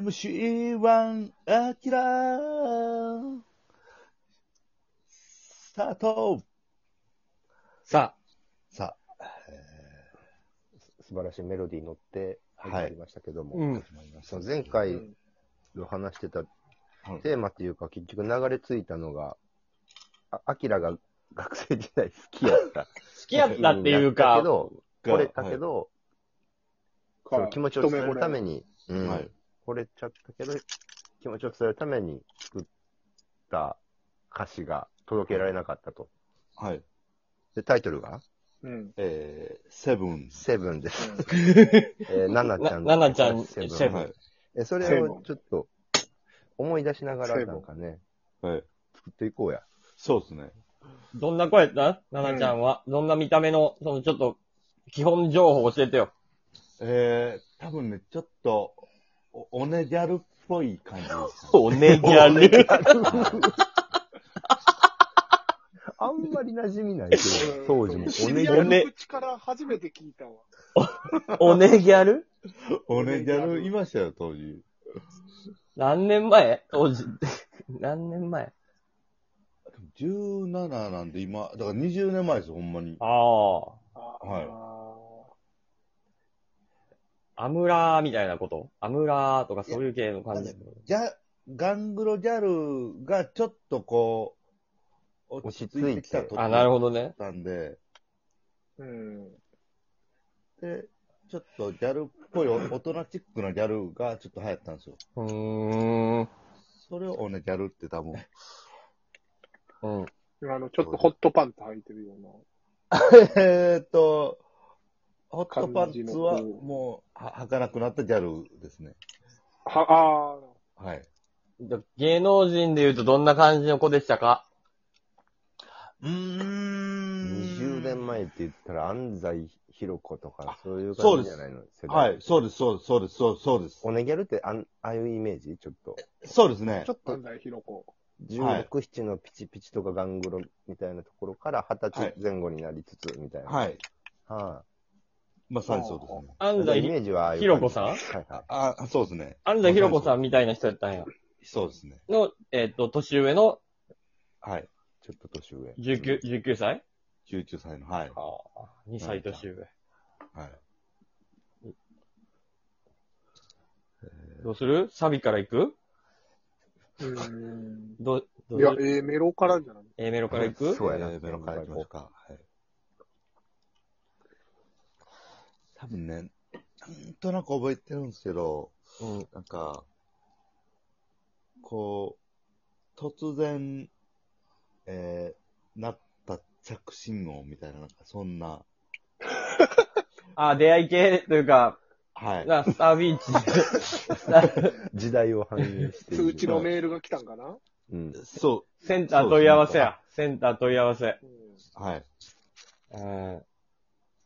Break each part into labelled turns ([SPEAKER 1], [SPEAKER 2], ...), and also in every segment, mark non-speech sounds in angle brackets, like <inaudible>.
[SPEAKER 1] 4MC1 アキラースタート
[SPEAKER 2] さ
[SPEAKER 1] さ
[SPEAKER 3] 素晴らしいメロディーに乗って
[SPEAKER 1] はい
[SPEAKER 3] 入りましたけど
[SPEAKER 2] あ、
[SPEAKER 3] も、
[SPEAKER 2] うん。
[SPEAKER 3] その前
[SPEAKER 2] う
[SPEAKER 3] 回
[SPEAKER 2] ん
[SPEAKER 3] の話してた
[SPEAKER 1] はい
[SPEAKER 3] テーマっていうか、結局流れ着いたのが、あアキラが学生時代好きやった。好
[SPEAKER 2] 好きやったっていう
[SPEAKER 3] だ
[SPEAKER 2] か
[SPEAKER 3] け、ど、
[SPEAKER 1] が
[SPEAKER 3] 惚れたけど、その気持ちを伝えるために、う
[SPEAKER 1] あ、
[SPEAKER 3] ん
[SPEAKER 1] はい。
[SPEAKER 3] 惚れちゃったけど、気持ちを伝えるために作った歌詞が届けられなかったと。
[SPEAKER 1] はい。
[SPEAKER 3] で、タイトルが
[SPEAKER 2] うん。
[SPEAKER 1] えー、セブン。
[SPEAKER 3] セブ
[SPEAKER 2] <laughs>
[SPEAKER 3] ンです。えー、ナナちゃん。
[SPEAKER 2] なナナちゃん
[SPEAKER 3] セブン
[SPEAKER 2] セブン
[SPEAKER 1] はい。
[SPEAKER 3] え、それをちょっと思い出しながら、なんかね、
[SPEAKER 1] はい。
[SPEAKER 3] 作っていこうや。
[SPEAKER 1] そうですね。
[SPEAKER 2] どんな声やったななちゃんは。どんな見た目の、そのちょっと、基本情報教えてよ。
[SPEAKER 1] えー、多分ね、ちょっと、お、おねギャルっぽい感じでした、
[SPEAKER 2] おねぎゃる。
[SPEAKER 3] あんまり馴染みな
[SPEAKER 1] <laughs>
[SPEAKER 3] いけど、当時も。
[SPEAKER 4] お
[SPEAKER 3] お
[SPEAKER 4] ね
[SPEAKER 3] ね
[SPEAKER 4] ぎ
[SPEAKER 3] ぎ
[SPEAKER 2] ゃ
[SPEAKER 4] ゃ
[SPEAKER 2] る
[SPEAKER 4] る。口から初めて聞いたわ。
[SPEAKER 2] <laughs> おねぎゃる
[SPEAKER 1] おねギャルいましたよ、当時。
[SPEAKER 2] 何年前当時。 <laughs> 何年前
[SPEAKER 1] 17なんで今、だから20年前ですよ、ほんまに。
[SPEAKER 2] ああ。
[SPEAKER 4] は
[SPEAKER 2] アムラーみたいなことアムラーとかそういう系の感じ。
[SPEAKER 1] ギャ、ガングロギャルがちょっとこう、落ち着いてきた時
[SPEAKER 3] 落ち着いて
[SPEAKER 2] あ、なる
[SPEAKER 1] ほ
[SPEAKER 2] ほどね。
[SPEAKER 1] ど。んで、
[SPEAKER 4] い。うん。
[SPEAKER 1] で、ちょっとギャルっぽい、お大人チックなギャルがちょっと流行ったんですよ。
[SPEAKER 2] うーん。
[SPEAKER 1] それをおねギャルって多分。
[SPEAKER 2] うん。
[SPEAKER 4] あの、ちょっとホットパンツ履いてるよう
[SPEAKER 1] えーっと、ホットパン
[SPEAKER 4] 感じの
[SPEAKER 1] ツ
[SPEAKER 4] こう
[SPEAKER 1] はもうは履かなくなったギャルですね。
[SPEAKER 4] な。は、あ
[SPEAKER 1] はい。
[SPEAKER 2] じゃ芸能人で言うとどんな感じの子でしたか
[SPEAKER 1] うーん
[SPEAKER 3] 20年前って言ったら、安西弘子とか、そういう
[SPEAKER 1] そう
[SPEAKER 3] 感
[SPEAKER 1] で
[SPEAKER 3] じ
[SPEAKER 1] す
[SPEAKER 3] じゃないの世代
[SPEAKER 1] はい、そうです、そうです、そうです、そうですそうです。
[SPEAKER 3] おねぎゃるってあん、ああいうイメージちょっと。
[SPEAKER 1] そうですね
[SPEAKER 3] ちょ。っ
[SPEAKER 4] あ、な
[SPEAKER 3] と
[SPEAKER 4] ん、だいひろこ。
[SPEAKER 3] 16、7のピチピチとかガングロみたいなところから、20歳前後になりつつ、みたいな。
[SPEAKER 1] はい。
[SPEAKER 3] は
[SPEAKER 1] まさにそうですね。
[SPEAKER 3] い。
[SPEAKER 2] 安
[SPEAKER 3] だからイ
[SPEAKER 2] 西、
[SPEAKER 3] メージはああいう
[SPEAKER 2] ひろこさん
[SPEAKER 3] 感じはいはい。
[SPEAKER 1] あ、あそうですね。
[SPEAKER 2] 安西ひろこさんみたいな人やったんや。
[SPEAKER 1] そうですね。
[SPEAKER 2] の、えっ、と、年上の
[SPEAKER 1] はい。
[SPEAKER 3] ちょっと年上。
[SPEAKER 2] 19、19歳
[SPEAKER 1] 19歳の、はい。
[SPEAKER 2] ああ、2歳年上。
[SPEAKER 1] はい。
[SPEAKER 2] どうするサビから行く
[SPEAKER 4] うん。
[SPEAKER 2] どう、ど
[SPEAKER 4] いうや、
[SPEAKER 2] する
[SPEAKER 4] えー、メロからじゃない。
[SPEAKER 2] A メロから行く
[SPEAKER 3] そうやな
[SPEAKER 1] えーメロから行きましょうか。はい。多分ね、なんとなく覚えてるんですけど、
[SPEAKER 2] うん。
[SPEAKER 1] なんか、こう、突然、えー、なった着信音みたいな、なんかそんな、
[SPEAKER 2] ああ、出会い系というか、
[SPEAKER 1] はい。
[SPEAKER 2] なスタービーチ。
[SPEAKER 3] 時代を反映してい
[SPEAKER 1] <laughs>
[SPEAKER 3] る。
[SPEAKER 4] 通知のメールが来たんかな
[SPEAKER 3] うん。
[SPEAKER 1] そ
[SPEAKER 2] センター問い合わせや。センター問い合わせ。
[SPEAKER 4] うん。
[SPEAKER 1] う、はい。
[SPEAKER 2] うん。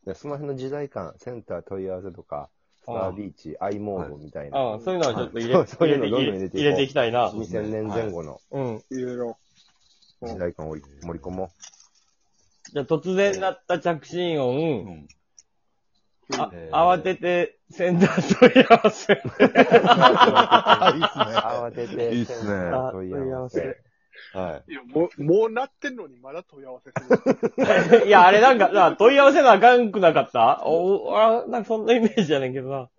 [SPEAKER 3] でその辺の時代感、センター問い合わせとか、スタ
[SPEAKER 2] あ
[SPEAKER 3] ービーチ、アイモードみたいな、
[SPEAKER 2] あ、そういうのはちょっと入れ、
[SPEAKER 3] はいそういうのどんどん
[SPEAKER 2] 入
[SPEAKER 3] 入
[SPEAKER 2] れ
[SPEAKER 3] れ
[SPEAKER 2] て
[SPEAKER 3] て
[SPEAKER 2] い
[SPEAKER 3] いこう
[SPEAKER 2] 入れていきたいな。
[SPEAKER 1] そうですね
[SPEAKER 3] 2000年前後の
[SPEAKER 2] うん。
[SPEAKER 4] いろいろ。うん
[SPEAKER 3] 時代感を盛り盛り込も
[SPEAKER 2] じゃあ突然なった着信
[SPEAKER 1] う
[SPEAKER 2] 音、
[SPEAKER 1] ん。
[SPEAKER 2] あ
[SPEAKER 1] えー
[SPEAKER 2] 慌ててセンター問い合わせ。
[SPEAKER 1] あ、いいっすね。
[SPEAKER 3] う。 <laughs> 慌てて、
[SPEAKER 1] いいっすね
[SPEAKER 3] センター問い合わ
[SPEAKER 2] あ問い合わ
[SPEAKER 3] せ。
[SPEAKER 1] はい
[SPEAKER 4] や、もう、もうなってんのにまだ問い合わせする。
[SPEAKER 2] いや、あれなんか、な問い合わせなあかんくなかったおあ、なんかそんなイメージやねんけどな。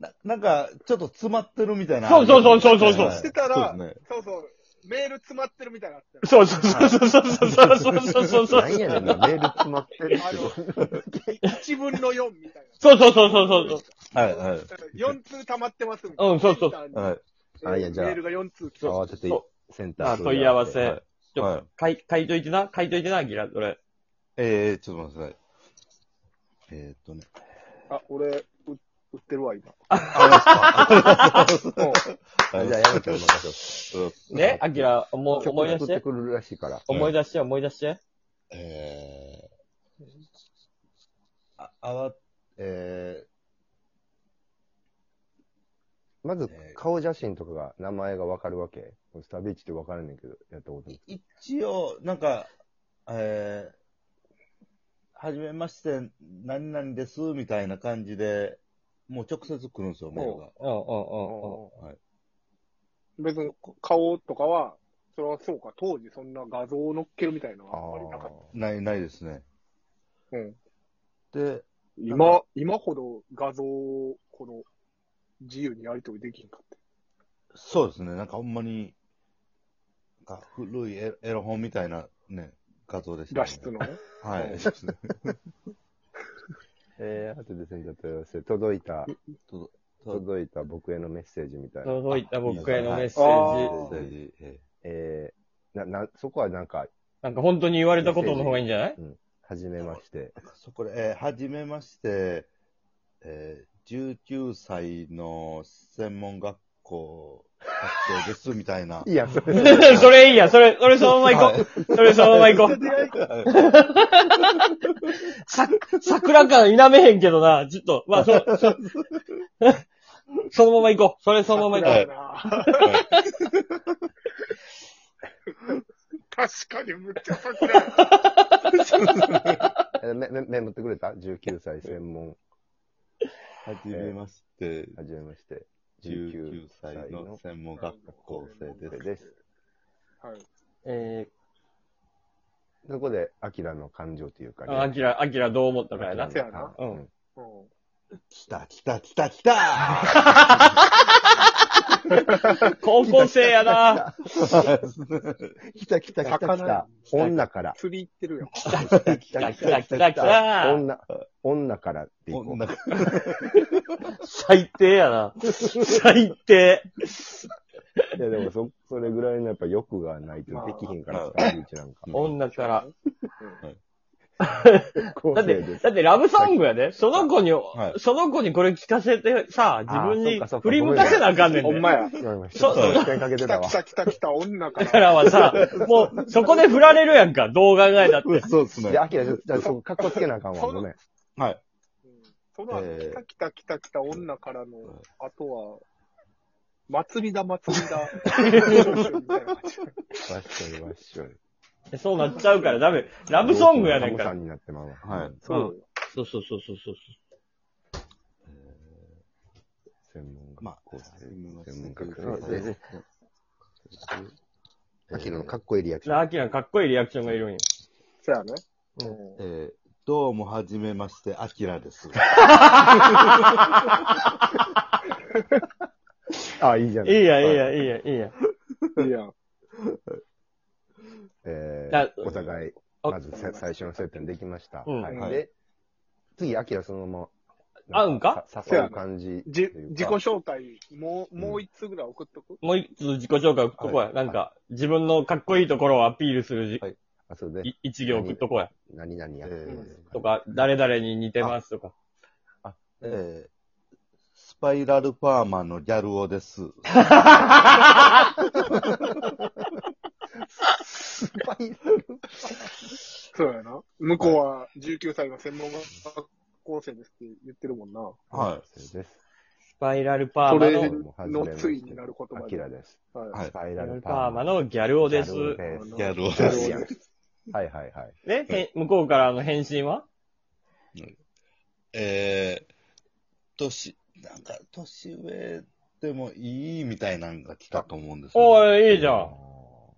[SPEAKER 1] ななんか、ちょっと詰まってるみたいな。
[SPEAKER 2] そうそうそうそうそうそう
[SPEAKER 1] はい
[SPEAKER 4] してたら
[SPEAKER 1] そうですね。
[SPEAKER 4] そうそう。メール詰まってるみたいになってる。
[SPEAKER 2] そうそうそうそうそうそうそうそうそうそう。
[SPEAKER 3] 何やねんな、メール詰まってる
[SPEAKER 4] あ
[SPEAKER 3] けど。
[SPEAKER 4] の、1分の4みたいな。
[SPEAKER 2] そうそうそうそうそう
[SPEAKER 1] はい、はい。
[SPEAKER 4] 4通溜まってますみたいな。
[SPEAKER 2] うん、そうそう。
[SPEAKER 1] はい。
[SPEAKER 3] あいやじゃあ
[SPEAKER 4] メールが4通来た。
[SPEAKER 3] 慌てて
[SPEAKER 2] そ、
[SPEAKER 3] センタ
[SPEAKER 2] あ
[SPEAKER 3] ー
[SPEAKER 2] 問い合わせ。
[SPEAKER 1] はい
[SPEAKER 2] ちょ
[SPEAKER 1] はい
[SPEAKER 2] 書い、書いといてな、書いといてな、ギラ、それ。
[SPEAKER 1] えー、ちょっと待ってください。えー、っとね。
[SPEAKER 4] あ、俺、う売ってるわ、今。。
[SPEAKER 3] せじゃ
[SPEAKER 1] や
[SPEAKER 3] あ、山ちゃん任せます。
[SPEAKER 2] ね、アキラ、思い
[SPEAKER 3] 曲
[SPEAKER 2] 思い出し
[SPEAKER 3] 作って
[SPEAKER 2] て。
[SPEAKER 3] くるらしいから。
[SPEAKER 2] 思い出して、思い出して。
[SPEAKER 1] <laughs> えー、あ、あわ、え
[SPEAKER 3] まず、顔写真とかが、名前がわかるわけ。スタービーチってわからんねんけど、やったこと
[SPEAKER 1] ー
[SPEAKER 3] ない。
[SPEAKER 1] い一応、なんか、えー、はじめまして、何々です、みたいな感じで、もう直接来るんですよ、メールが。
[SPEAKER 2] うんうんうんうん。
[SPEAKER 1] はい
[SPEAKER 4] 別に顔とかは、それはそうか、当時そんな画像を載っけるみたいなのはあんまりなかっ
[SPEAKER 1] ない、ないですね。
[SPEAKER 4] た。うん。
[SPEAKER 1] で、
[SPEAKER 4] 今、今ほど画像を、この、自由にやり取りできんかって。
[SPEAKER 1] そうですね、なんかほんまに、なんか古いエロエロ本みたいなね、画像でした、ね。
[SPEAKER 4] 脱出のね。
[SPEAKER 1] はい。
[SPEAKER 3] えー、あとですね、ちょっとよろしい届いた、
[SPEAKER 1] 届
[SPEAKER 3] 届いた僕へのメッセージみたいな。
[SPEAKER 2] 届いた僕へのメッセ
[SPEAKER 4] はい
[SPEAKER 2] ージ。
[SPEAKER 4] あー
[SPEAKER 1] え
[SPEAKER 3] えー、な、な、そこはなんか、
[SPEAKER 2] なんか本当に言われたことの方がいいんじゃない
[SPEAKER 3] うん、はじめまして。
[SPEAKER 1] ーそこで、えーはじめまして、えー、19歳の専門学校学生です、みた
[SPEAKER 3] <laughs>
[SPEAKER 1] いな。
[SPEAKER 3] いや、それ、
[SPEAKER 2] <laughs> それいいや、それ、それそのまま行こう。それそのまま行こう。さ、桜感否めへんけどな、ちょっと、まあ、そ、そ、 <laughs> そのまま行こう。それそのまま行こ
[SPEAKER 4] だ
[SPEAKER 2] う
[SPEAKER 4] よ。な確かにむっちゃ桜や。
[SPEAKER 3] えめ、め、メモってくれた ?19 歳専門、
[SPEAKER 1] はじめまして、
[SPEAKER 3] はじめまして。
[SPEAKER 1] 19歳の専門学校生
[SPEAKER 3] こ
[SPEAKER 1] で
[SPEAKER 3] れ
[SPEAKER 1] す。
[SPEAKER 3] です。
[SPEAKER 4] はい。
[SPEAKER 2] え
[SPEAKER 3] そこで、アキラの感情というか、
[SPEAKER 2] ー、あきら、あきらどう思ったかやな
[SPEAKER 3] ア。キ
[SPEAKER 4] せ
[SPEAKER 3] ラ
[SPEAKER 4] や
[SPEAKER 3] の
[SPEAKER 4] な
[SPEAKER 3] う。
[SPEAKER 2] うん
[SPEAKER 4] うん。
[SPEAKER 1] 来た来た来た来た
[SPEAKER 2] 高校生やな。
[SPEAKER 3] 来た来た来た来
[SPEAKER 4] 魚
[SPEAKER 3] た。女から。
[SPEAKER 4] 釣り行ってるやん。
[SPEAKER 1] 来
[SPEAKER 2] 来た来た来た来た。
[SPEAKER 3] 女、女からっていこう
[SPEAKER 1] <laughs> こんな
[SPEAKER 2] 最低やな。最低。
[SPEAKER 3] いやでもそ、それぐらいのやっぱ欲がないとできひんからさ、うちなんか。
[SPEAKER 2] 女から。
[SPEAKER 3] 高
[SPEAKER 2] だ
[SPEAKER 3] 校
[SPEAKER 2] っ
[SPEAKER 3] 生
[SPEAKER 2] て
[SPEAKER 3] で、す。
[SPEAKER 2] だってラブソングやで。その子
[SPEAKER 1] い
[SPEAKER 2] に、その子にこれ聞かせてさ、自分に
[SPEAKER 3] あーそっかそっか
[SPEAKER 2] 振り向かせなあかんねん
[SPEAKER 4] ほ
[SPEAKER 2] で
[SPEAKER 4] んまや。
[SPEAKER 3] ごめんなさい
[SPEAKER 2] そう
[SPEAKER 3] ちょっと時間かけて
[SPEAKER 4] 来
[SPEAKER 3] た
[SPEAKER 4] た
[SPEAKER 3] わ
[SPEAKER 4] 来。た来た来た女か。
[SPEAKER 2] だかららはさ、もう、そこで振られるやんか。どう考えたって。
[SPEAKER 1] そうです
[SPEAKER 3] い
[SPEAKER 1] ね
[SPEAKER 3] や、。アキラ、ちょっとじゃあ、そこ、かっこつけなあかんわ。ごめ
[SPEAKER 1] は
[SPEAKER 3] ん。
[SPEAKER 1] い。
[SPEAKER 4] うんその後、
[SPEAKER 1] えー
[SPEAKER 4] 来た来た来た来た女からの、あとは、祭りだ祭りだ。みたいな感じ
[SPEAKER 3] わっしょいわっしょい。
[SPEAKER 2] そうなっちゃうからダメ。ラブソングやねんから。
[SPEAKER 3] ハムさんになってまうわ。
[SPEAKER 1] はい。
[SPEAKER 4] そうよ。
[SPEAKER 2] そうそうそうそうそう。
[SPEAKER 3] 専門学
[SPEAKER 1] まあ、
[SPEAKER 3] 校生。専門学校
[SPEAKER 1] 学
[SPEAKER 3] 生
[SPEAKER 1] 生。。
[SPEAKER 3] アキラのかっこいいリアクション。
[SPEAKER 2] アキラかっこいいリアクションがいるんよ。
[SPEAKER 4] そうやね。
[SPEAKER 1] えー、どうもはじめまして、アキラです。
[SPEAKER 3] あ、いいじゃん。
[SPEAKER 2] いいや、いい
[SPEAKER 3] は。
[SPEAKER 2] や、いいや、いいや。
[SPEAKER 4] いいやん。
[SPEAKER 3] え
[SPEAKER 2] だ
[SPEAKER 3] ー、お互い、
[SPEAKER 2] あ
[SPEAKER 3] まずせ最初の接点できました。
[SPEAKER 2] うん
[SPEAKER 3] はい。
[SPEAKER 1] はい
[SPEAKER 3] で、次、アキラそのまま。
[SPEAKER 2] 会うんか
[SPEAKER 3] さ誘う感じと
[SPEAKER 4] じ
[SPEAKER 3] いうか。
[SPEAKER 4] 自己紹介、もう、もう一通ぐらい送っとく
[SPEAKER 2] もう一つ自己紹介送っとこうや。なんか、自分のかっこいいところをアピールするじ、
[SPEAKER 1] はい
[SPEAKER 3] あ、そうで
[SPEAKER 2] い、一行送っとこうや。
[SPEAKER 3] 何々やってます
[SPEAKER 2] とか、誰々に似てますとか。
[SPEAKER 1] えー、スパイラルパーマンのギャル男です。
[SPEAKER 4] そうやな。向こうは19歳の専門学校生ですって言ってるもんな。
[SPEAKER 1] は
[SPEAKER 3] そうです。
[SPEAKER 2] スパイラルパー
[SPEAKER 4] そ
[SPEAKER 2] マ
[SPEAKER 4] れ
[SPEAKER 2] の、
[SPEAKER 4] のついになる言葉
[SPEAKER 3] アキラです。
[SPEAKER 4] はい。
[SPEAKER 1] はい
[SPEAKER 3] スパイ
[SPEAKER 2] スパ
[SPEAKER 3] ラ
[SPEAKER 2] イラ
[SPEAKER 3] ル
[SPEAKER 2] ル
[SPEAKER 3] パ
[SPEAKER 2] パー
[SPEAKER 3] ー
[SPEAKER 2] マ
[SPEAKER 3] マ
[SPEAKER 2] のギャル男です。
[SPEAKER 3] ギャル
[SPEAKER 1] い。
[SPEAKER 3] 男
[SPEAKER 1] ギャル
[SPEAKER 4] を。
[SPEAKER 1] 男です。
[SPEAKER 3] ギャル男ですはいはいはい。
[SPEAKER 2] ね、へん向こうからの返信は
[SPEAKER 1] えー、年、なんか、年上でもいいみたいなのが来たと思うんです
[SPEAKER 2] お
[SPEAKER 1] よ、
[SPEAKER 2] ー、いいじゃん。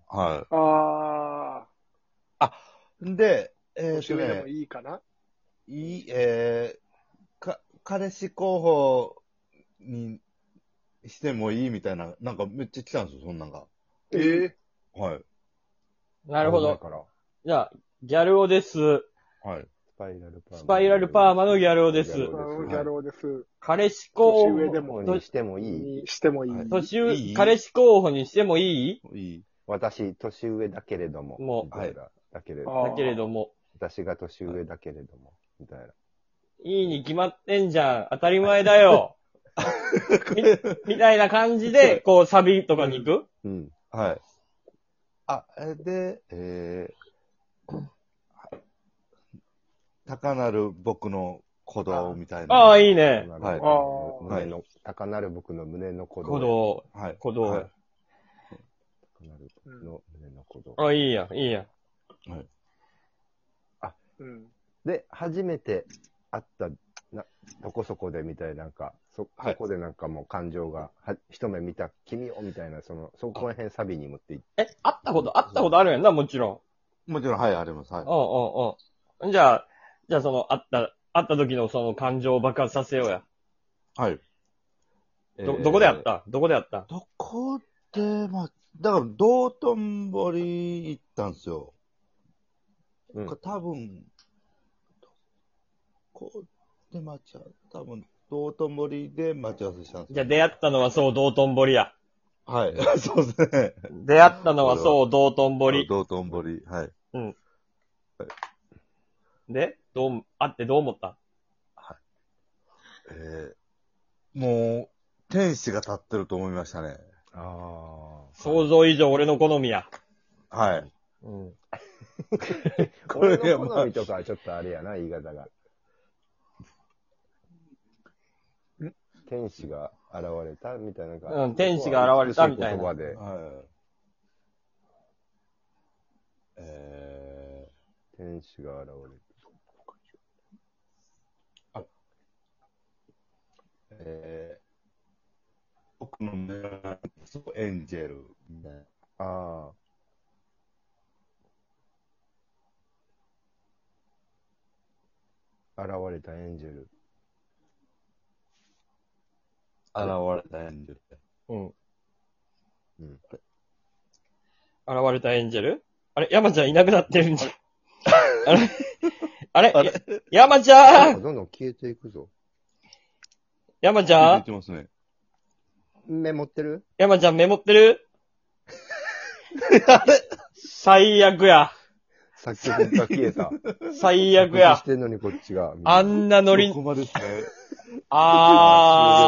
[SPEAKER 1] は
[SPEAKER 4] あ
[SPEAKER 1] い。で、
[SPEAKER 4] ー、
[SPEAKER 1] えー
[SPEAKER 4] 年
[SPEAKER 1] と
[SPEAKER 4] 上で
[SPEAKER 1] ね
[SPEAKER 4] も、いいかな。
[SPEAKER 1] いい、えー、か、彼氏候補にしてもいいみたいな、なんかめっちゃ来たんですよ、そんなんが。
[SPEAKER 4] えー、
[SPEAKER 1] はい。
[SPEAKER 2] なるほ
[SPEAKER 3] だ
[SPEAKER 2] ど。
[SPEAKER 3] から
[SPEAKER 2] じゃあ、ギャル男です。
[SPEAKER 1] はい。
[SPEAKER 3] スパイラルパーマの。
[SPEAKER 2] スパイラルパーマのギャル男です
[SPEAKER 3] ギャ
[SPEAKER 4] ギ
[SPEAKER 3] ル男
[SPEAKER 4] ャル男です。
[SPEAKER 2] 彼氏候
[SPEAKER 4] 年上
[SPEAKER 2] 補、
[SPEAKER 4] で
[SPEAKER 3] で
[SPEAKER 4] も
[SPEAKER 3] も、にしてもいい。
[SPEAKER 4] にしてもいい。
[SPEAKER 1] はい
[SPEAKER 2] 年
[SPEAKER 1] い
[SPEAKER 2] 上、
[SPEAKER 1] い
[SPEAKER 2] 彼氏候補にしてもいい
[SPEAKER 1] いい。
[SPEAKER 3] 私、年上だけれども。
[SPEAKER 2] もう
[SPEAKER 3] みたいな。だけれど
[SPEAKER 4] あ
[SPEAKER 3] も。
[SPEAKER 4] ー
[SPEAKER 2] だけれども、
[SPEAKER 3] 私が年上だけれども。みたいな。
[SPEAKER 2] いいに決まってんじゃん。当たり前だよ。みみたいな感じで、こう、サビとかに行く
[SPEAKER 3] うん。
[SPEAKER 1] はい。あ、えで、えー高なる僕の鼓動みたいな。
[SPEAKER 2] ああ、いいね。
[SPEAKER 1] はい
[SPEAKER 3] あー胸の、高なる僕の胸の鼓動。
[SPEAKER 2] 鼓動。
[SPEAKER 1] はい。
[SPEAKER 2] 鼓動
[SPEAKER 1] はい
[SPEAKER 3] 高なる僕の胸の鼓動。
[SPEAKER 2] あ、いいやん、いいやん。
[SPEAKER 4] うん。Mm.
[SPEAKER 3] で、初めて会ったどこそこでみたいな、なんか、そ、
[SPEAKER 1] はい
[SPEAKER 3] そこでなんかもう感情が、は一目見た君をみたいな、その、そこら辺サビに持っていっ
[SPEAKER 2] え、会ったこと、会ったことあるやんな、もちろ
[SPEAKER 1] もちろん、はい、あります。はい
[SPEAKER 2] ん。う。んうんうん。じゃあ、じゃあその、会った、会った時のその感情を爆発させようや。
[SPEAKER 1] はい。え
[SPEAKER 2] ど、
[SPEAKER 1] ー
[SPEAKER 2] どこで会ったどこで会った
[SPEAKER 1] どこで、まあ、だから道頓堀行ったんですよ。
[SPEAKER 3] うん
[SPEAKER 1] これ多分、どこで待ち合わせ、多分道頓堀で待ち合わせしたんです
[SPEAKER 2] じゃあ
[SPEAKER 1] よ。
[SPEAKER 2] 出会ったのはそう道頓堀や。
[SPEAKER 1] はい。 <laughs> そうですね。
[SPEAKER 2] 出会ったのはそう道頓堀。
[SPEAKER 1] 道頓堀。はい。
[SPEAKER 2] で、どう、会ってどう思った
[SPEAKER 1] えー、もう、天使が立ってると思いましたね。
[SPEAKER 3] ああ。
[SPEAKER 2] 想像以上俺の好みや。
[SPEAKER 1] はい。
[SPEAKER 2] うん。
[SPEAKER 1] こ
[SPEAKER 3] 俺
[SPEAKER 1] れが
[SPEAKER 3] の
[SPEAKER 1] まあ
[SPEAKER 3] 好みとかは <laughs> ちょっとあれやな、言い方が。天使が現れたみたいななんか。
[SPEAKER 2] うん天使が現れたみたいな
[SPEAKER 3] 美し言葉で、
[SPEAKER 1] はい。え
[SPEAKER 3] 天使が現れた。
[SPEAKER 1] ー、えー、僕の目がエンジェルみたいな。
[SPEAKER 3] ああ。現れたエン
[SPEAKER 2] <laughs>
[SPEAKER 3] ジェル。
[SPEAKER 1] 現れたエンジェル。
[SPEAKER 2] うん。
[SPEAKER 3] うん
[SPEAKER 2] 現れたエンジェルあれ山ちゃんいなくなってるんじゃ。あれ <laughs> あれ
[SPEAKER 1] あ
[SPEAKER 2] や山ちゃ
[SPEAKER 3] なんか
[SPEAKER 2] ん
[SPEAKER 3] どんどん消えていくぞ。
[SPEAKER 2] 山ち
[SPEAKER 1] 出
[SPEAKER 2] ゃん
[SPEAKER 1] てますね。
[SPEAKER 3] メモってる
[SPEAKER 2] 山ちゃんメモってる最悪や。
[SPEAKER 3] さっき本当は消
[SPEAKER 2] <laughs>
[SPEAKER 3] えた。
[SPEAKER 2] 最悪
[SPEAKER 3] 隠
[SPEAKER 2] や
[SPEAKER 3] し。てんのにこっちが。
[SPEAKER 2] あんなノリ
[SPEAKER 1] こ、こまでですね。
[SPEAKER 2] あー。